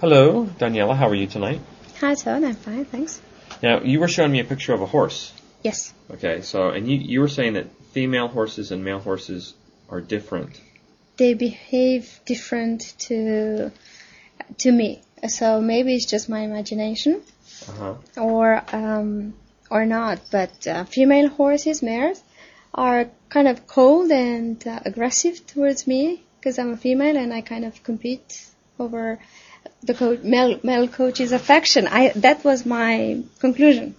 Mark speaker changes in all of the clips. Speaker 1: Hello, Daniela. How are you tonight?
Speaker 2: Hi, Todd. I'm fine, thanks.
Speaker 1: Now, you were showing me a picture of a horse.
Speaker 2: Yes.
Speaker 1: Okay, so, and you, you were saying that female horses and male horses are different.
Speaker 2: They behave different to to me, so maybe it's just my imagination,
Speaker 1: Uh huh.
Speaker 2: or um, or not. But uh, female horses, mares, are kind of cold and uh, aggressive towards me because I'm a female and I kind of compete over the coach, male male coach's affection. I that was my conclusion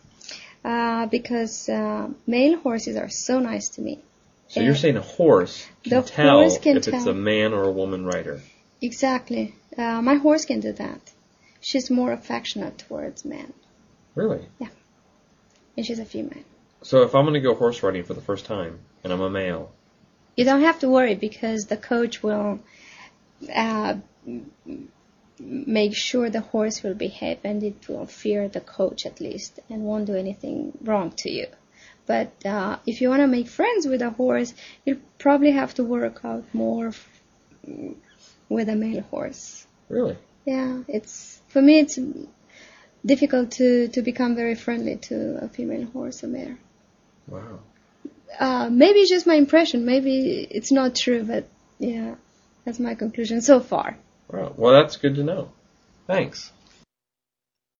Speaker 2: uh, because uh, male horses are so nice to me.
Speaker 1: So you're
Speaker 2: Yeah.
Speaker 1: saying a horse can
Speaker 2: The
Speaker 1: tell
Speaker 2: horse can
Speaker 1: if it's
Speaker 2: tell.
Speaker 1: a man or a woman rider.
Speaker 2: Exactly. Uh, my horse can do that. She's more affectionate towards men,
Speaker 1: Really?
Speaker 2: and she's a female.
Speaker 1: So if I'm going to go horse riding for the first time and I'm a male,
Speaker 2: You don't have to worry because the coach will uh, m- make sure the horse will behave and it will fear the coach at least and won't do anything wrong to you. But uh, if you want to make friends with a horse, you'll probably have to work out more f- with a male horse.
Speaker 1: really?
Speaker 2: Yeah, it's for me it's difficult to to become very friendly to a female horse or mare.
Speaker 1: Wow.
Speaker 2: Uh, maybe it's just my impression. Maybe it's not true, but yeah, that's my conclusion so far.
Speaker 1: Wow. Well, that's good to know. Thanks.